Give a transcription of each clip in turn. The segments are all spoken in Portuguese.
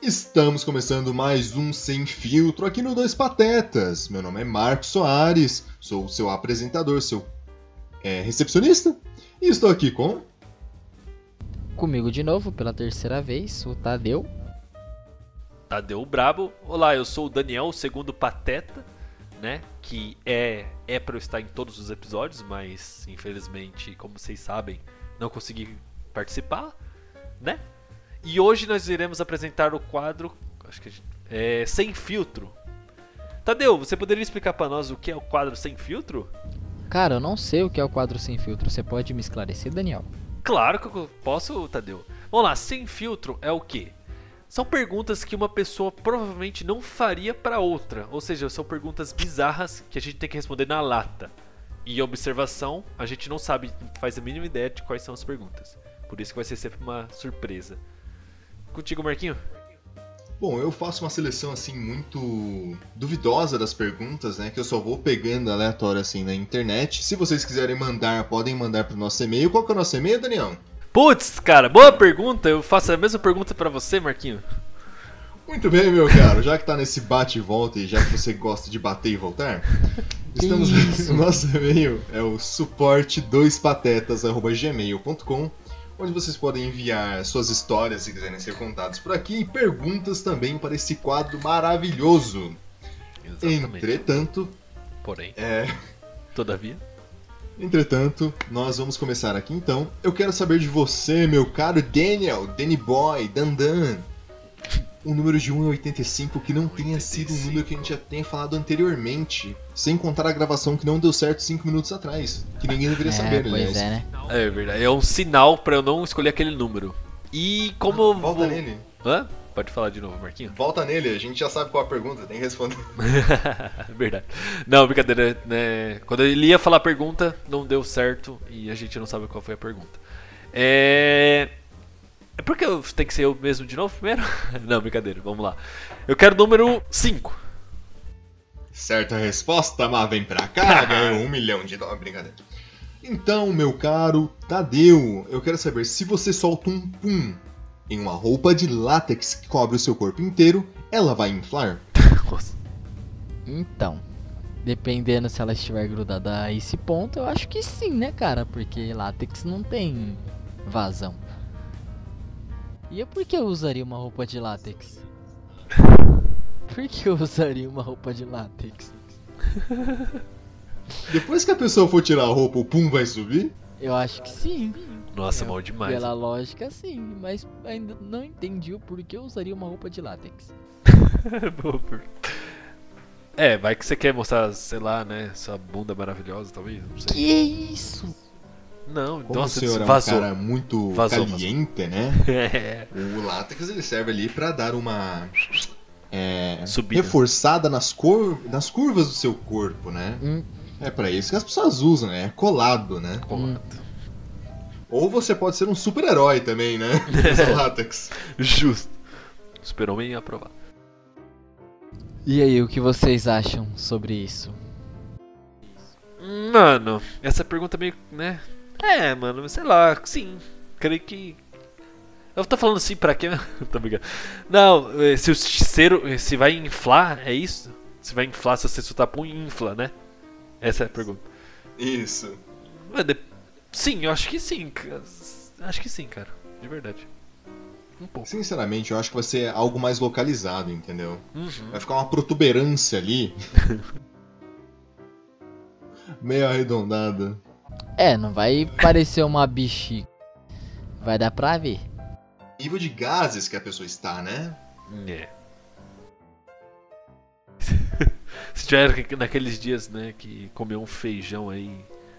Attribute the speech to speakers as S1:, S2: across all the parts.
S1: Estamos começando mais um Sem Filtro aqui no Dois Patetas. Meu nome é Marcos Soares, sou o seu apresentador, seu é, recepcionista, e estou aqui com.
S2: Comigo de novo, pela terceira vez, o Tadeu.
S3: Tadeu Brabo. Olá, eu sou o Daniel, o segundo pateta, né? Que é é para eu estar em todos os episódios, mas infelizmente, como vocês sabem, não consegui participar, né? E hoje nós iremos apresentar o quadro, acho que a gente- é sem filtro. Tadeu, você poderia explicar para nós o que é o quadro sem filtro?
S2: Cara, eu não sei o que é o quadro sem filtro. Você pode me esclarecer, Daniel?
S3: Claro que eu posso, Tadeu. Vamos lá, sem filtro é o quê? São perguntas que uma pessoa provavelmente não faria pra outra, ou seja, são perguntas bizarras que a gente tem que responder na lata. E observação, a gente não sabe, faz a mínima ideia de quais são as perguntas. Por isso que vai ser sempre uma surpresa. Contigo, Marquinho?
S1: Bom, eu faço uma seleção assim muito duvidosa das perguntas, né? Que eu só vou pegando aleatório assim na internet. Se vocês quiserem mandar, podem mandar pro nosso e-mail. Qual que é o nosso e-mail, Daniel?
S3: Putz, cara, boa pergunta. Eu faço a mesma pergunta pra você, Marquinho.
S1: Muito bem, meu caro. Já que tá nesse bate e volta e já que você gosta de bater e voltar, estamos
S2: isso?
S1: o nosso e-mail é o suporte2patetas@gmail.com, onde vocês podem enviar suas histórias se quiserem ser contadas por aqui e perguntas também para esse quadro maravilhoso. Entretanto,
S3: Porém,
S1: é,
S3: todavia.
S1: Entretanto, nós vamos começar aqui então. Eu quero saber de você, meu caro Daniel, Danny Boy, Dandan. Um número de 1 a 85 que não tenha sido um número que a gente já tenha falado anteriormente. Sem contar a gravação que não deu certo 5 minutos atrás. Que ninguém deveria saber, aliás.
S2: pois é, né?
S3: É verdade, é um sinal pra eu não escolher aquele número. E como eu
S1: Volta
S3: vou-
S1: nele.
S3: Hã? Pode falar de novo, Marquinho?
S1: Volta nele, a gente já sabe qual a pergunta, tem que responder.
S3: É verdade. Não, brincadeira, né? Quando ele ia falar a pergunta, não deu certo e a gente não sabe qual foi a pergunta. É. É porque eu tem que ser eu mesmo de novo primeiro? não, brincadeira, vamos lá. Eu quero o número 5.
S1: Certa resposta, mas vem pra cá, ganhou um milhão de dólares. Brincadeira. Então, meu caro Tadeu, eu quero saber se você solta um pum em uma roupa de látex que cobre o seu corpo inteiro, ela vai inflar?
S3: Nossa.
S2: Então, dependendo se ela estiver grudada a esse ponto, eu acho que sim, né, cara? Porque látex não tem vazão. E eu por que eu usaria uma roupa de látex? Por que eu usaria uma roupa de látex?
S1: Depois que a pessoa for tirar a roupa, o pum vai subir?
S2: Eu acho que sim.
S3: Nossa,
S2: É,
S3: mal demais.
S2: Pela lógica, sim, mas ainda não entendi o porquê eu usaria uma roupa de látex.
S3: Boa pergunta. É, vai que você quer mostrar, sei lá, né, sua bunda maravilhosa, talvez, não sei.
S2: Que isso?
S3: Não,
S1: Como
S3: nossa,
S1: o senhor é um
S3: vazou.
S1: cara muito
S3: Vazou,
S1: caliente, né?
S3: É,
S1: O látex ele serve ali pra dar uma é,
S3: Subida.
S1: reforçada nas, cor- nas curvas do seu corpo, né?
S2: Hum.
S1: É pra isso que as pessoas usam, né? É colado, né?
S3: correto.
S1: Ou você pode ser um super-herói também, né? Usa látex.
S3: Justo. Super-Homem ia aprovar.
S2: E aí, o que vocês acham sobre isso?
S3: Mano, essa pergunta é meio, né? É, mano, sei lá, sim. Creio que. Eu tô falando sim pra quê? tô brincando. Não, eh, se o cero. eh, Se vai inflar, é isso? Se vai inflar, se você soltar pum, infla, né? Essa é a pergunta.
S1: Isso.
S3: Mas de- Sim, eu acho que sim. ca- Acho que sim, cara. De verdade. Um pouco.
S1: Sinceramente, eu acho que vai ser algo mais localizado, entendeu?
S3: Uhum.
S1: Vai ficar uma protuberância ali. Meio arredondada.
S2: É, não vai parecer uma bexiga. Vai dar pra ver.
S1: Nível de gases que a pessoa está, né?
S3: É. Se tiver naqueles dias, né, que comeu um feijão aí.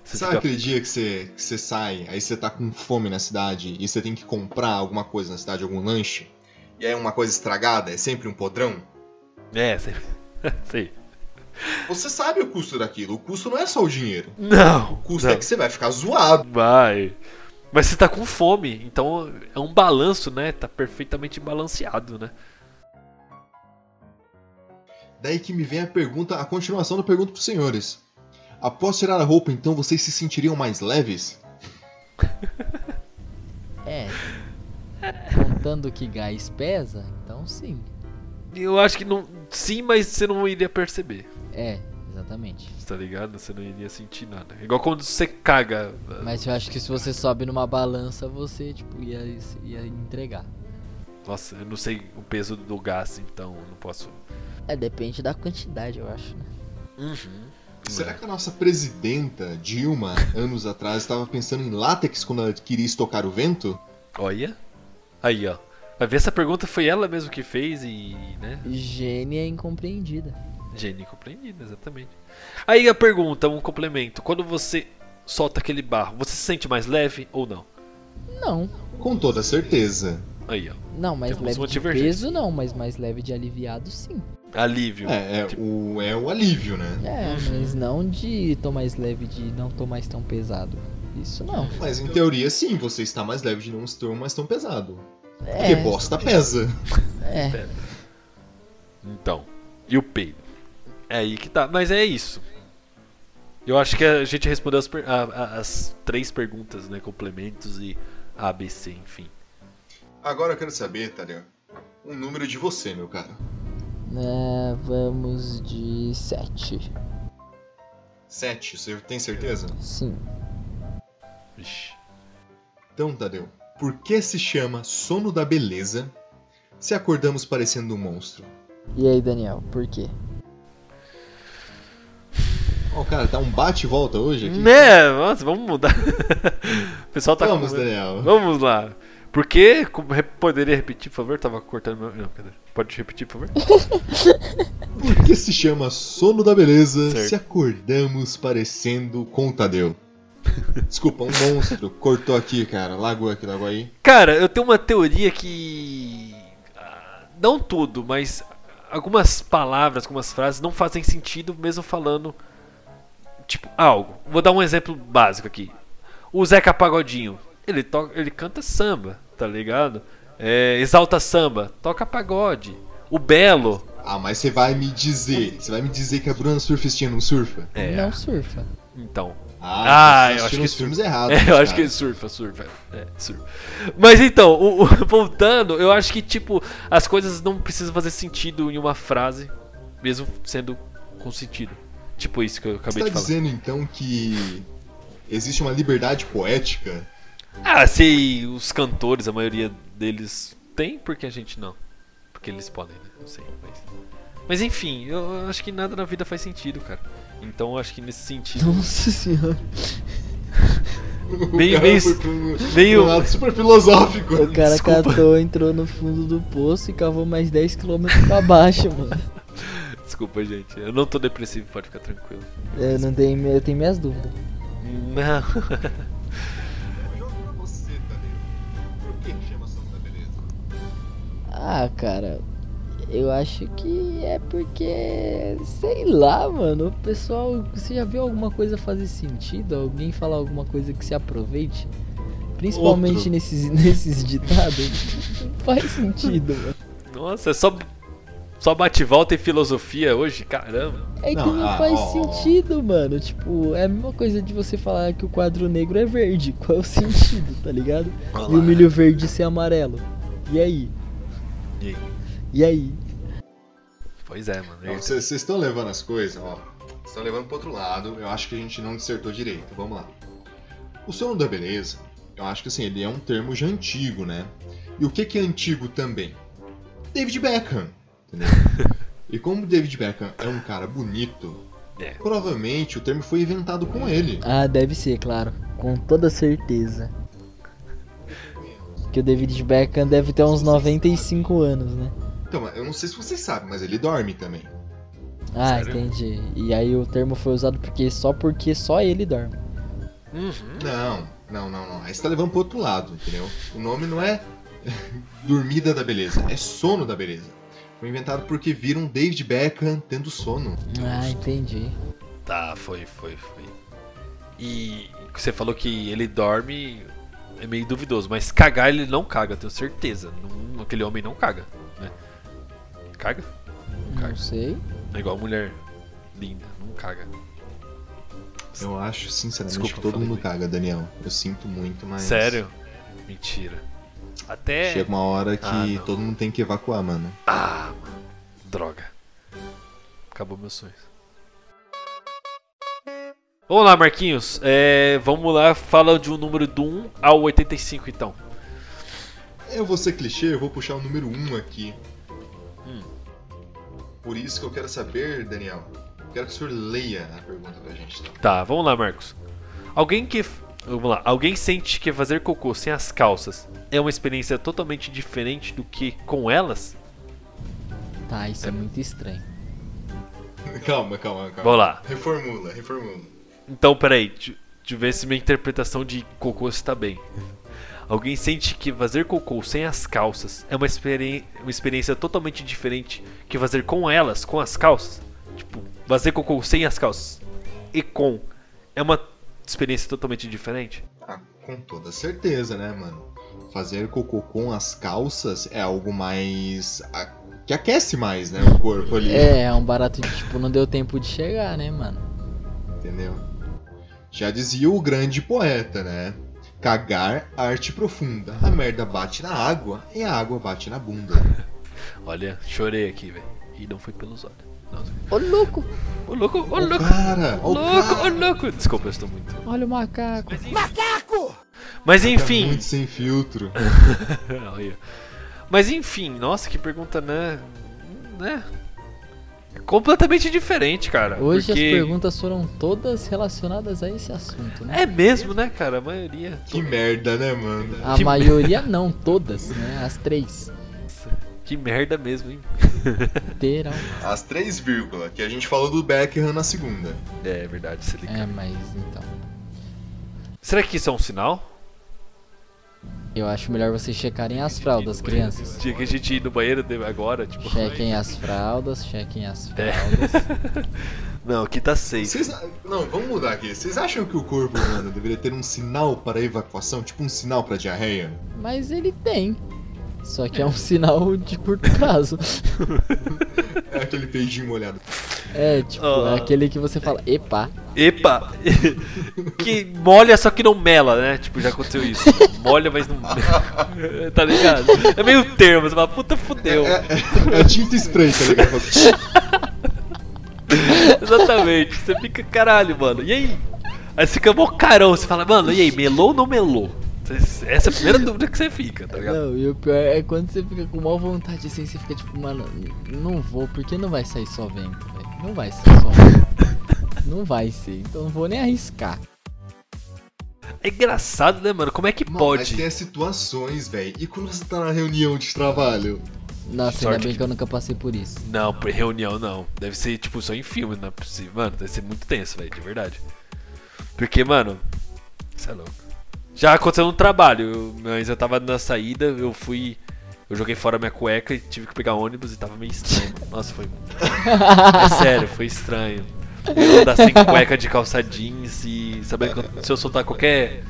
S3: Você
S1: Sabe
S3: fica-
S1: aquele dia que você, que você sai, aí você tá com fome na cidade e você tem que comprar alguma coisa na cidade, algum lanche? E aí uma coisa estragada é sempre um podrão?
S3: É, sei. sei.
S1: Você sabe o custo daquilo. O custo não é só o dinheiro.
S3: Não!
S1: O custo
S3: não.
S1: é que você vai ficar zoado.
S3: Vai. Mas você tá com fome, então é um balanço, né? Tá perfeitamente balanceado, né?
S1: Daí que me vem a pergunta, a continuação da pergunta pros senhores. Após tirar a roupa, então vocês se sentiriam mais leves?
S2: É. Contando que gás pesa, então Então sim.
S3: Eu acho que não. Sim, mas você não iria perceber,
S2: É, exatamente.
S3: tá ligado? Você não iria sentir nada. É Igual quando você caga.
S2: Mas eu acho que se você sobe numa balança, você, tipo, ia, ia entregar.
S3: Nossa, eu não sei o peso do gás, então eu não posso.
S2: É, depende da quantidade, eu acho. né?
S3: Uhum.
S1: Será que a nossa presidenta Dilma, anos atrás, estava pensando em látex quando ela queria estocar o vento?
S3: Olha. Aí, ó. Vai ver essa pergunta foi ela mesmo que fez e, né?
S2: Gênia é incompreendida.
S3: Gênio compreendido, exatamente. Aí a pergunta, um complemento. Quando você solta aquele barro, você se sente mais leve ou não?
S2: Não.
S1: Com toda certeza.
S3: Aí, ó.
S2: Não, mais
S3: Temos
S2: leve
S3: uma
S2: de
S3: divergência.
S2: peso não, mas mais leve de aliviado sim.
S3: Alívio.
S1: É, é o, é o alívio, né?
S2: É, mas não de tô mais leve, de não tô mais tão pesado. Isso não.
S1: Mas em teoria, sim, você está mais leve de não estar mais tão pesado. Porque
S2: É,
S1: bosta pesa.
S2: é.
S3: Então, e o peido? É aí que tá. Mas é isso. Eu acho que a gente respondeu as, per- a- a- as três perguntas, né? Complementos e ABC, enfim.
S1: Agora eu quero saber, Tadeu, um número de você, meu cara.
S2: É, vamos de 7.
S1: Sete, você tem certeza?
S2: Sim.
S3: Ixi.
S1: Então, Tadeu, por que se chama sono da beleza se acordamos parecendo um monstro?
S2: E aí, Daniel, por quê?
S1: Ó, cara, tá um bate e volta hoje aqui.
S3: Né? Nossa, vamos mudar. o pessoal tá
S1: Vamos, né?
S3: com...
S1: Daniel.
S3: Vamos lá. Porque, poderia repetir, por favor? Tava cortando meu. Não, cadê? Pode repetir, por favor?
S1: Por que se chama sono da beleza
S3: Certo.
S1: se acordamos parecendo com o Tadeu? Desculpa, um monstro cortou aqui, cara. Lagou aqui, lagou aí.
S3: Cara, eu tenho uma teoria que. ah, Não tudo, mas algumas palavras, algumas frases não fazem sentido mesmo falando. Tipo, algo. Vou dar um exemplo básico aqui. O Zeca Pagodinho, ele, toca, ele canta samba, tá ligado? É, exalta samba, toca pagode. O Belo.
S1: Ah, mas você vai me dizer. Você vai me dizer que a Bruna Surfistinha não surfa?
S3: É,
S2: Não surfa.
S3: então. Ah,
S1: Ah, você
S3: eu
S1: tá
S3: acho
S1: assistindo
S3: que
S1: os
S3: sur-
S1: filmes errados.
S3: É, eu acho que
S1: cara.
S3: ele surfa, surfa. É, surfa. Mas então, o- o- voltando, eu acho que, tipo, as coisas não precisam fazer sentido em uma frase, mesmo sendo com sentido. Tipo isso que eu
S1: Você
S3: acabei
S1: tá
S3: de falar.
S1: dizendo então que existe uma liberdade poética?
S3: Ah, sei, os cantores, a maioria deles tem, porque a gente não. Porque eles podem, né? Não sei, mas. Mas enfim, eu eu acho que nada na vida faz sentido, cara. Então eu acho que nesse sentido.
S2: Nossa senhora.
S1: O
S3: Meio-
S1: cara
S3: meio-
S1: foi pra um-
S3: meio-
S1: pra um lado super filosófico.
S2: O cara
S3: Desculpa.
S2: catou, entrou no fundo do poço e cavou mais 10km pra baixo, mano.
S3: Desculpa, gente. Eu não tô depressivo, pode ficar tranquilo.
S2: Eu não tenho, eu tenho minhas dúvidas.
S3: Não.
S2: Ah, cara, eu acho que é porque, sei lá, mano, o pessoal, você já viu alguma coisa fazer sentido? Alguém falar alguma coisa que se aproveite? Principalmente
S1: Outro.
S2: nesses, nesses ditados. Não faz sentido, mano.
S3: Nossa, é só, só bate e volta e filosofia hoje? Caramba.
S2: É que
S1: Não,
S2: não,
S1: ah,
S2: faz
S1: ó, ó, ó.
S2: sentido, mano. Tipo, é a mesma coisa de você falar que o quadro negro é verde. Qual é o sentido, tá ligado? E o
S1: né?
S2: milho verde ser amarelo. E aí?
S3: E aí?
S2: E aí?
S3: Pois é, mano.
S1: Não, Vocês vocês estão levando as coisas, ó. Vocês estão levando pro outro lado. Eu acho que a gente não dissertou direito. Vamos lá. O sono da beleza, eu acho que assim, ele é um termo já antigo, né? E o que, que é antigo também? David Beckham. Entendeu? e como David Beckham é um cara bonito,
S3: É.
S1: provavelmente o termo foi inventado com ele.
S2: Ah, deve ser, claro. Com toda certeza. Que o David Beckham deve ter uns 95 anos, né?
S1: Então, eu não sei se vocês sabem, mas ele dorme também.
S2: Ah,
S3: Sério?
S2: entendi. E aí o termo foi usado porque só porque só ele dorme.
S3: Uhum.
S1: Não, não, não, não. Aí você tá levando pro outro lado, entendeu? O nome não é dormida da beleza, é sono da beleza. Foi inventado porque viram David Beckham tendo sono.
S2: Ah, entendi.
S3: Tá, foi, foi, foi. E você falou que ele dorme é meio duvidoso, mas cagar ele não caga, eu tenho certeza. Não- aquele homem não caga, né? Caga? Cara.
S2: Não sei.
S3: É igual a mulher linda, não caga.
S1: Eu acho, sinceramente,
S3: Desculpa,
S1: que todo
S3: falei
S1: mundo
S3: muito.
S1: caga, Daniel. Eu sinto muito, mas.
S3: Sério? Mentira. Até.
S1: Chega uma hora que
S3: Ah, não.
S1: todo mundo tem que evacuar, mano.
S3: Ah, mano. Droga. Acabou meus sonhos. Vamos lá, Marquinhos. É, vamos lá, fala de um número do 1 ao 85, então.
S1: Eu vou ser clichê, eu vou puxar o número 1 aqui.
S3: Hum.
S1: Por isso que eu quero saber, Daniel. eu Quero que o senhor leia a pergunta pra gente. Tá?
S3: Tá, vamos lá, Marcos. Alguém que. Vamos lá. Alguém sente que fazer cocô sem as calças é uma experiência totalmente diferente do que com elas?
S2: Tá, isso é muito estranho.
S1: Calma, calma, calma.
S3: Vamos lá.
S1: Reformula, reformula.
S3: Então, peraí, deixa deixa eu ver se minha interpretação de cocô está bem. Alguém sente que fazer cocô sem as calças é uma, experi- uma experiência totalmente diferente que fazer com elas, com as calças? Tipo, fazer cocô sem as calças e com é uma experiência totalmente diferente?
S1: Ah, com toda certeza, né, mano? Fazer cocô com as calças é algo mais. a- que aquece mais, né? O corpo ali.
S2: É, é um barato de tipo, não deu tempo de chegar, né, mano?
S1: Entendeu? Já dizia o grande poeta, né? Cagar, arte profunda. A merda bate na água e a água bate na bunda.
S3: Olha, chorei aqui, velho. E não foi pelos olhos. Não.
S2: Ô louco,
S3: Ô louco, ô
S1: Ô,
S3: louco,
S1: cara!
S3: ô
S1: ô,
S3: louco, ô
S1: cara.
S3: louco. Desculpa, eu estou muito.
S2: olha o macaco.
S3: Mas
S1: Tá
S3: enfim.
S1: Muito sem filtro.
S3: Olha. Mas enfim, nossa, que pergunta, né? Né? É completamente diferente, cara.
S2: Hoje
S3: porque...
S2: as perguntas foram todas relacionadas a esse assunto, né?
S3: É mesmo, né, cara? A maioria.
S1: Que merda, né, mano?
S2: A
S3: É, que-
S2: maioria não, todas, né? As três.
S3: Que merda mesmo, hein?
S2: Terão.
S1: As três vírgulas, que a gente falou do Beckham na segunda.
S3: É, verdade, se liga.
S2: É, mas então.
S3: Será que isso é um sinal?
S2: Eu acho melhor vocês checarem as fraldas, crianças.
S3: Tinha que a gente ir no banheiro de- agora, tipo.
S2: Chequem as fraldas, chequem as fraldas.
S3: Não, aqui tá safe.
S1: Vocês, não, vamos mudar aqui. Vocês acham que o corpo humano deveria ter um sinal para evacuação? Tipo um sinal para diarreia?
S2: Mas ele tem. Só que é um sinal de curto prazo.
S1: É aquele peidinho molhado.
S2: É, tipo,
S3: Ah.
S2: é aquele que você fala, epa,
S3: Epa! que molha, só que não mela, né? Tipo, já aconteceu isso. Molha, mas não. tá ligado? É meio termo, você fala, puta fudeu.
S1: É, é tinta spray, tá ligado?
S3: Exatamente. Você fica, caralho, mano. E aí? Aí você fica bocarão. Você fala, mano, e aí? Melou ou não melou? Cê- Essa é a primeira dúvida que você fica, tá ligado?
S2: Não, e o pior é quando você fica com mal vontade assim, você fica tipo, mano, não vou, porque não vai sair só vento, velho. Não vai sair só vento. não vai ser, então não vou nem arriscar.
S3: É engraçado, né, mano? Como é que
S1: Mano, Mas
S3: pode?
S1: tem as situações, velho. E quando você tá na reunião de trabalho?
S2: Nossa,
S3: Sorte
S2: ainda bem
S3: que-
S2: que eu nunca passei por isso.
S3: Não, por reunião não. Deve ser, tipo, só em filme, não é possível. Mano, deve ser muito tenso, velho, de verdade. Porque, mano, isso é louco. Já aconteceu no trabalho. Eu, mas eu tava na saída, eu fui. Eu joguei fora minha cueca e tive que pegar ônibus e tava meio estranho. Nossa, foi. É sério, foi estranho. Eu andar sem cueca de calça jeans e sabendo que eu- se eu soltar qualquer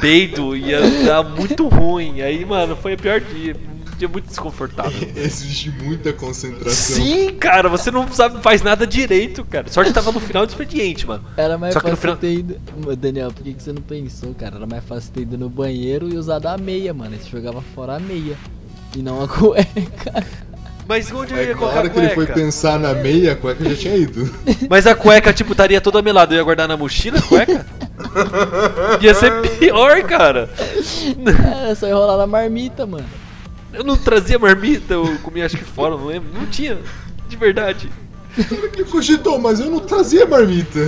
S3: peido ia dar muito ruim. Aí, mano, foi o pior dia. Um dia muito desconfortável.
S1: Exige muita concentração.
S3: Sim, cara, você não sabe, faz nada direito, cara. Sorte que tava no final do expediente, mano.
S2: Era mais
S3: Só que no
S2: fácil
S3: final-
S2: ter ido. Mano, Daniel, por que, que você não pensou, cara? Era mais fácil ter ido no banheiro e usado a meia, mano. Você jogava fora a meia. E não a cueca.
S3: Mas onde eu
S1: É
S3: ia colocar a
S1: claro que ele foi
S3: cueca?
S1: pensar na meia, a cueca já tinha ido.
S3: Mas a cueca, tipo, estaria toda melada. Eu ia guardar na mochila a cueca? Ia ser pior, cara.
S2: Era só enrolar na marmita, mano.
S3: Eu não trazia marmita, eu comia acho que fora, não lembro. Não tinha, de verdade.
S1: Ele cogitou, mas eu não trazia marmita.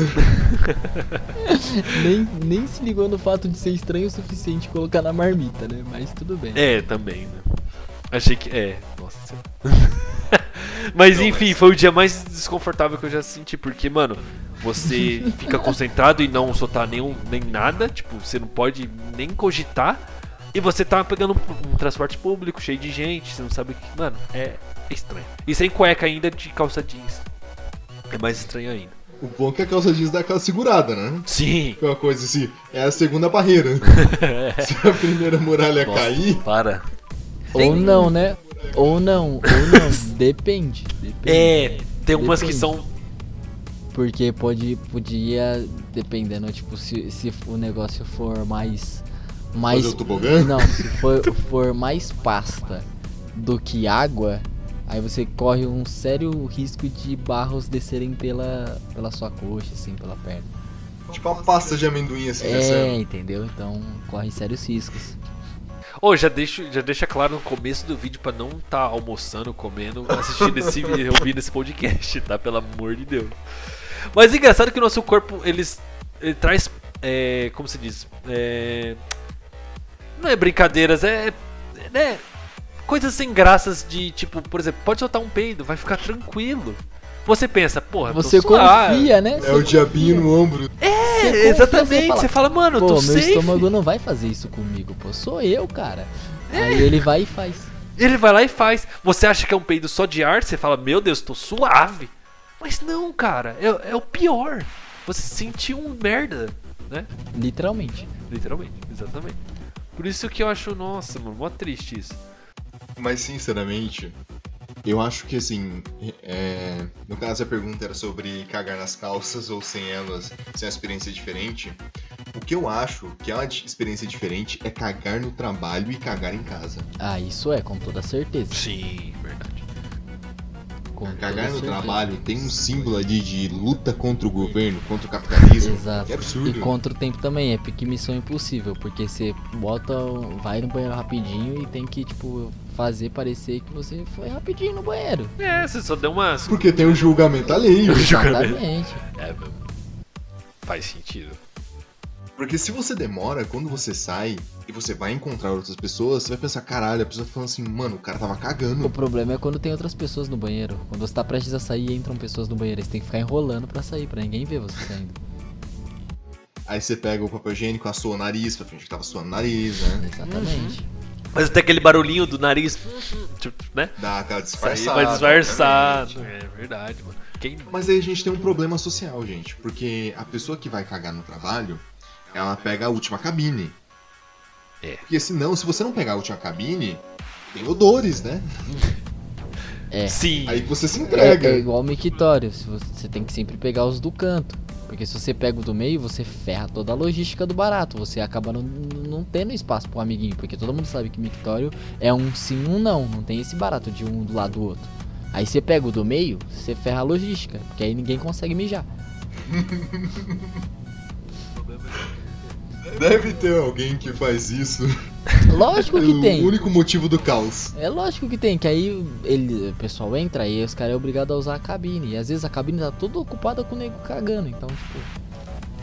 S2: Nem, nem se ligou no fato de ser estranho o suficiente colocar na marmita, né? Mas tudo bem.
S3: É, também, né? Achei que. É, nossa senhora. Mas enfim, foi o dia mais desconfortável que eu já senti, porque, mano, você fica concentrado e não soltar nenhum, nem nada, tipo, você não pode nem cogitar. E você tá pegando um, um transporte público cheio de gente, você não sabe o que. Mano, é estranho. E sem cueca ainda de calça jeans. É mais estranho ainda.
S1: O bom é que a calça jeans dá aquela segurada, né?
S3: Sim!
S1: Que é uma coisa assim, é a segunda barreira. Se a primeira muralha
S3: Nossa,
S1: cair,
S3: para.
S2: Ou
S3: um-
S2: não, né? Ou não, ou não. Depende. Depende.
S3: É, tem umas que
S2: Depende.
S3: são.
S2: Porque pode, podia, dependendo, tipo, se, se o negócio for mais Mas.
S1: Fazer o tobogã?
S2: Não, se for, for mais pasta do que água, aí você corre um sério risco de barros descerem pela, pela sua coxa, assim, pela perna.
S1: Tipo uma pasta de amendoim assim,
S2: É,
S1: descendo.
S2: entendeu? Então corre sérios riscos.
S3: Ô, já, deixo, já deixa claro no começo do vídeo pra não tá almoçando, comendo, assistindo esse vídeo, ouvindo esse podcast, tá? Pelo amor de Deus. Mas é engraçado que o nosso corpo, eles, ele traz, é, como se diz, é, não é brincadeiras, é, é, né, coisas sem graças de, tipo, por exemplo, pode soltar um peido, vai ficar tranquilo. Você pensa, porra,
S2: Você
S3: tô Tá suave.
S2: confia, né?
S1: É o diabinho no ombro.
S3: É,
S2: confia,
S3: exatamente,
S2: você
S3: você
S2: fala,
S3: fala, mano, eu
S2: Pô,
S3: tô
S2: meu
S3: safe.
S2: estômago não vai fazer isso comigo, pô. Sou eu, cara. Aí ele vai e faz.
S3: Ele vai lá e faz. Você acha que é um peido só de ar? Você fala, meu Deus, tô suave. Mas não, cara, é, é o pior. Você se sentiu um merda, né?
S2: Literalmente.
S3: Literalmente, exatamente. Por isso que eu acho, nossa, mano, mó triste isso.
S1: Mas sinceramente, eu acho que assim. é, No caso a pergunta era sobre cagar nas calças ou sem elas, se é uma experiência diferente. O que eu acho que é uma di- experiência diferente é cagar no trabalho e cagar em casa.
S2: Ah, isso é, com toda certeza.
S3: Sim, verdade.
S2: Com toda
S1: Cagar no
S2: certeza.
S1: trabalho tem um símbolo ali de luta contra o governo, contra o capitalismo.
S2: Exato.
S1: Que
S2: E
S1: absurdo.
S2: contra o tempo também, é pique missão impossível, porque você bota, o- vai no banheiro rapidinho e tem que, tipo, fazer parecer que você foi rapidinho no banheiro.
S3: É, você só deu umas.
S1: Porque tem um julgamento alheio.
S2: Exatamente.
S3: É, meu. Faz sentido.
S1: Porque se você demora, quando você sai e você vai encontrar outras pessoas, você vai pensar, caralho, a pessoa tá falando assim, mano, o cara tava
S2: O
S1: cagando.
S2: problema é quando tem outras pessoas no banheiro. Quando você tá prestes a sair, entram pessoas no banheiro. Aí Você tem que ficar enrolando pra sair, pra ninguém ver você saindo.
S1: Aí você pega o papel higiênico, assou o nariz, pra fingir que tava suando o nariz, né?
S2: Exatamente.
S3: Mas até aquele barulhinho do nariz, tipo, né?
S1: Dá aquela
S3: Sair
S1: disfarçada.
S3: vai disfarçado.
S1: obviamente.
S3: É verdade, mano. Quem.
S1: Mas aí a gente tem um problema social, gente. Porque a pessoa que vai cagar no trabalho, ela pega a última cabine.
S3: É.
S1: Porque senão, se você não pegar a última cabine, tem odores, né?
S2: É.
S3: Sim.
S1: Aí você se
S2: É,
S1: entrega.
S2: é igual o mictório, se você você tem que sempre pegar os do canto. Porque se você pega o do meio, você ferra toda a logística do barato. Você acaba não, não tendo espaço pro amiguinho. Porque todo mundo sabe que mictório é um sim, um não. Não tem esse barato de um do lado do outro. Aí você pega o do meio, você ferra a logística. Porque aí ninguém consegue mijar.
S1: Deve ter alguém que faz isso.
S2: Lógico que
S1: É O
S2: tem.
S1: único motivo do caos.
S2: É lógico que tem, que aí ele, o pessoal entra e os caras é obrigado a usar a cabine. E às vezes a cabine tá toda ocupada com o nego cagando. Então, tipo.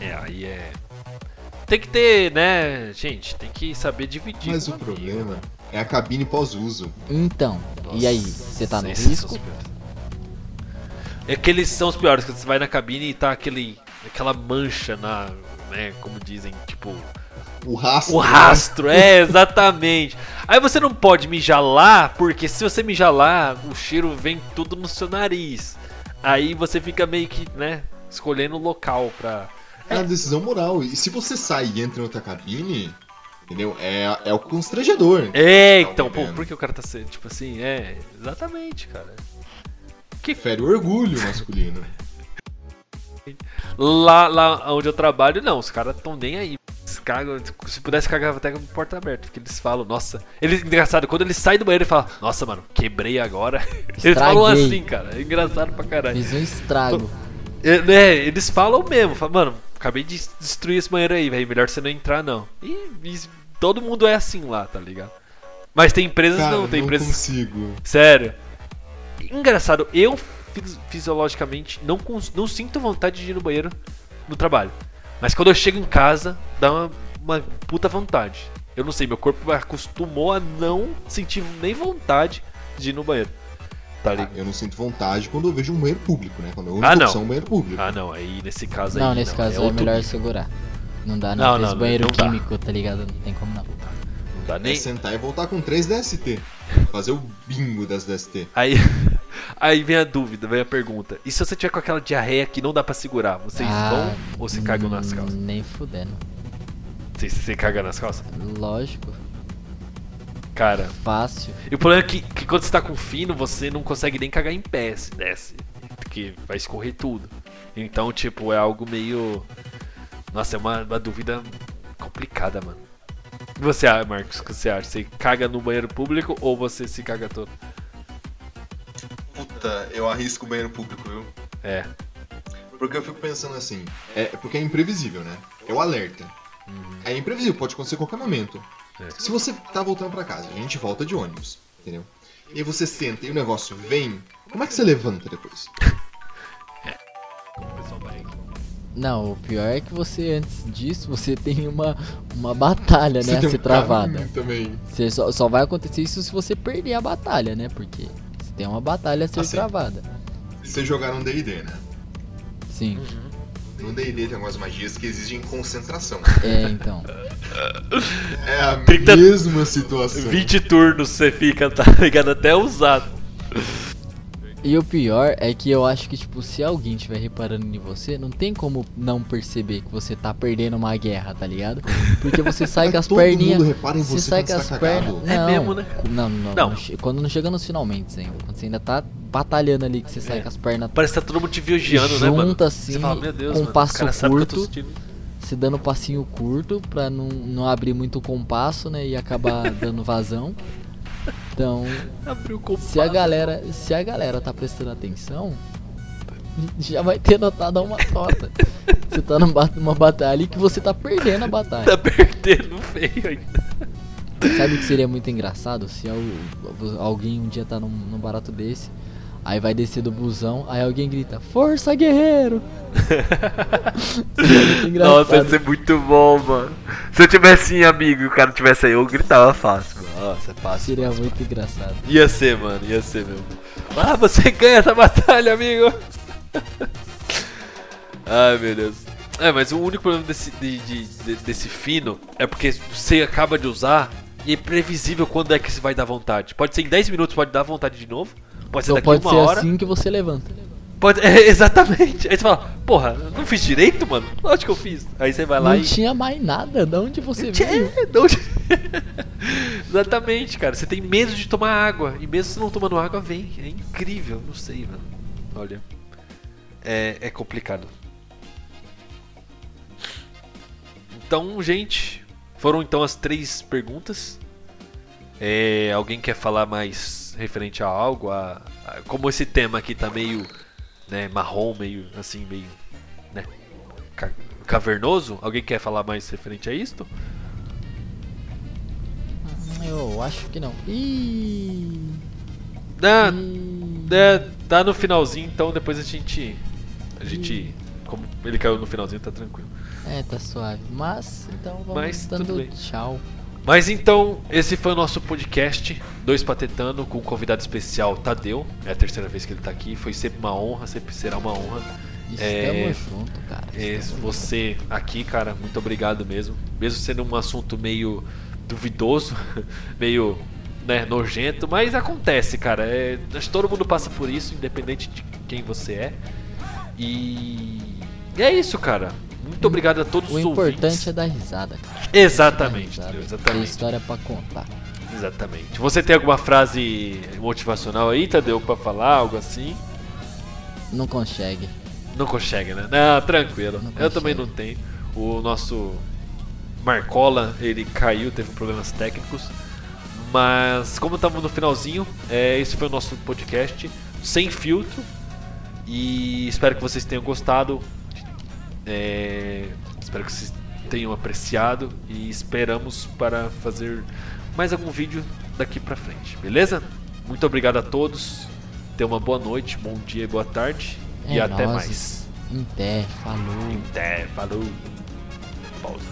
S3: É, aí é. Tem que ter, né, gente? Tem que saber dividir.
S1: Mas
S3: com
S1: o
S3: amigo.
S1: problema é a cabine pós-uso.
S2: Então, e aí?
S3: Nossa,
S2: Você tá no
S3: esses são
S2: risco?
S3: os piores. É que eles são os piores, quando você vai na cabine e tá aquele, aquela mancha na. Né, como dizem, tipo.
S1: O rastro.
S3: O rastro, é, exatamente. Aí você não pode mijar lá, porque se você mijar lá, o cheiro vem tudo no seu nariz. Aí você fica meio que, né, escolhendo o local pra.
S1: É uma decisão moral. E se você sai e entra em outra cabine, entendeu? É, é o constrangedor.
S3: É, então, pô,
S1: vendo?
S3: por que o cara tá sendo, tipo assim, é, exatamente, cara.
S1: Fere o orgulho masculino.
S3: Lá, lá onde eu trabalho, não, os caras tão nem aí. Eles cagam, se pudesse cagar até com a porta aberta, porque eles falam, nossa. Eles, engraçado, quando eles saem do banheiro, ele fala, nossa, mano, quebrei agora. Eles falam
S2: Estraguei.
S3: assim, cara, é engraçado pra caralho.
S2: Fiz um estrago.
S3: É, né, eles falam mesmo, falam, mano, acabei de destruir esse banheiro aí, velho, melhor você não entrar não. E, e todo mundo é assim lá, tá ligado? Mas tem empresas
S1: Cara,
S3: não, tem empresas
S1: consigo.
S3: Sério. Engraçado, eu fis- fisiologicamente não, cons- não sinto vontade de ir no banheiro no trabalho. Mas quando eu chego em casa, dá uma, uma puta vontade. Eu não sei, meu corpo acostumou a não sentir nem vontade de ir no banheiro. Tá
S1: Ah,
S3: ligado?
S1: Eu não sinto vontade quando eu vejo um banheiro público, né? Quando eu
S3: Ah,
S1: única
S3: não.
S1: opção é um banheiro público.
S3: Ah, não, aí nesse caso aí.
S2: Não, nesse caso é,
S3: outro
S2: melhor
S3: nível.
S2: segurar. Não dá,
S3: Não,
S2: não. Tem
S3: não,
S2: esse
S3: não,
S2: banheiro
S3: não dá.
S2: químico, tá ligado? Não tem como não.
S3: Não dá
S1: É
S3: nem.
S1: sentar e voltar com 3 DST. Fazer o bingo das DST.
S3: Aí, aí vem a dúvida, vem a pergunta. E se você tiver com aquela diarreia que não dá pra segurar, vocês
S2: Ah,
S3: vão ou se cagam nas
S2: hum,
S3: calças?
S2: Nem fudendo.
S3: Você, você caga nas calças?
S2: Lógico.
S3: Cara,
S2: Fácil.
S3: E o problema é que, que quando você tá com fino, você não consegue nem cagar em pé, se desce. Porque vai escorrer tudo. Então, tipo, é algo meio. Nossa, é uma, uma dúvida complicada, mano. que você acha, Marcos? O que você acha? Você caga no banheiro público ou você se caga todo?
S1: Puta, eu arrisco o banheiro público, viu?
S3: É.
S1: Porque eu fico pensando assim, é porque é imprevisível, né? É o alerta. É imprevisível, pode acontecer a qualquer momento.
S3: Uhum. É.
S1: Se você tá voltando pra casa, a gente volta de ônibus, entendeu? E aí você senta e o negócio vem, como é que você levanta depois?
S3: O pessoal vai aqui.
S2: Não, o pior é que você, antes disso, você tem uma, uma batalha, né?
S1: tem
S2: a ser
S1: um
S2: travada.
S1: caminho também.
S2: Você só, só vai acontecer isso se você perder a batalha, né? Porque você tem uma batalha a
S3: Ah,
S2: ser
S1: Assim.
S2: travada.
S1: Vocês jogaram D&D, né?
S2: Sim,
S1: No D&D tem algumas magias que exigem concentração.
S2: é então.
S1: É a
S3: 30
S1: mesma situação.
S3: 20 turnos você fica, tá ligado? Até usado.
S2: E o pior é que eu acho que, tipo, se alguém estiver reparando em você, não tem como não perceber que você tá perdendo uma guerra, tá ligado? Porque você sai
S1: Mas
S2: com as
S1: Tá todo
S2: perninhas.
S1: mundo repara em
S2: Você
S1: você
S2: sai
S1: quando
S2: com as
S1: tá
S2: pernas.
S1: cagado.
S2: Não,
S3: É mesmo, né?
S2: Não, não,
S3: Não.
S2: não che- Quando não chega nos finalmente, hein? Quando você ainda tá batalhando ali, que você sai
S3: É.
S2: com as pernas
S3: Parece que tá todo mundo te vigiando, né, mano?
S2: Junta, assim,
S3: você fala, meu Deus,
S2: com
S3: mano,
S2: passo
S3: o cara sabe que eu tô
S2: curto.
S3: sentindo.
S2: se dando passinho curto pra não, não abrir muito compasso, né? E acabar dando vazão. Então,
S3: Abriu o compasso.
S2: se a galera, se a galera tá prestando atenção, já vai ter notado uma torta. Você tá numa, bat- numa batalha que você tá perdendo a batalha.
S3: Tá perdendo feio ainda.
S2: Sabe o que seria muito engraçado? Se al- alguém um dia tá num, num barato desse, aí vai descer do busão, aí alguém grita, Força Guerreiro! Seria muito
S3: Nossa,
S2: engraçado.
S3: ia ser muito bom, mano. Se eu tivesse em amigo e o cara tivesse aí, eu gritava fácil, mano. Nossa, é fácil.
S2: Seria muito engraçado.
S3: Ia ser, mano, ia ser mesmo. Ah, você ganha essa batalha, amigo! Ai, meu Deus. É, mas o único problema desse, de- de- de- desse fino é porque você acaba de usar e é previsível quando é que você vai dar vontade. Pode ser em 10 minutos, pode dar vontade de novo. Pode ser
S2: Só
S3: daqui
S2: pode
S3: uma
S2: ser
S3: hora.
S2: assim que você levanta.
S3: Pode... É, exatamente. Aí você fala, porra, eu não fiz direito, mano? Lógico que eu fiz. Aí você vai lá
S2: não
S3: e.
S2: tinha mais nada, da onde você veio?
S3: Tchê, não- Exatamente, cara. Você tem medo de tomar água. E mesmo você não tomando água, vem. É incrível. Não sei, mano. Olha. É, é complicado. Então, gente. Foram então as três perguntas. É, alguém quer falar mais referente a algo? A, a- como esse tema aqui tá meio né, marrom, meio assim, meio né, ca- cavernoso. Alguém quer falar mais referente a isto?
S2: Hum, Eu acho que não. Ih.
S3: Ah,
S2: Ih.
S3: É, tá no finalzinho, então depois a gente. A gente. Como ele caiu no finalzinho, tá tranquilo.
S2: É, tá suave. Mas, então vamos
S3: Mas, tudo
S2: dando
S3: bem.
S2: tchau.
S3: Mas então, esse foi o nosso podcast, Dois Patetano, com o convidado especial Tadeu. É a terceira vez que ele tá aqui, foi sempre uma honra, sempre será uma honra.
S2: Estamos
S3: É,
S2: junto, cara.
S3: É,
S2: Estamos junto.
S3: você aqui, cara, muito obrigado mesmo. Mesmo sendo um assunto meio duvidoso, meio né, nojento, mas acontece, cara. É, acho que todo mundo passa por isso, independente de quem você é. E é isso, cara. Muito obrigado a todos
S2: O
S3: os
S2: importante é
S3: ouvintes.
S2: dar risada, cara.
S3: Exatamente,
S2: Dar risada.
S3: Tadeu,
S2: Tem
S3: exatamente.
S2: história pra contar.
S3: Exatamente. Você tem alguma frase motivacional aí, Tadeu, pra falar, algo assim?
S2: Não consegue.
S3: Não consegue, né? Não, tranquilo.
S2: Não
S3: eu
S2: consegue.
S3: também não tenho. O nosso Marcola, ele caiu, teve problemas técnicos. Mas como estamos no finalzinho, é, esse foi o nosso podcast sem filtro. E espero que vocês tenham gostado. É, espero que vocês tenham apreciado e esperamos para fazer mais algum vídeo daqui pra frente, beleza? Muito obrigado a todos. Tenham uma boa noite, bom dia e boa tarde.
S2: É
S3: e até
S2: nóis.
S3: mais.
S2: Em pé, falou.
S3: Até, falou. Pausa.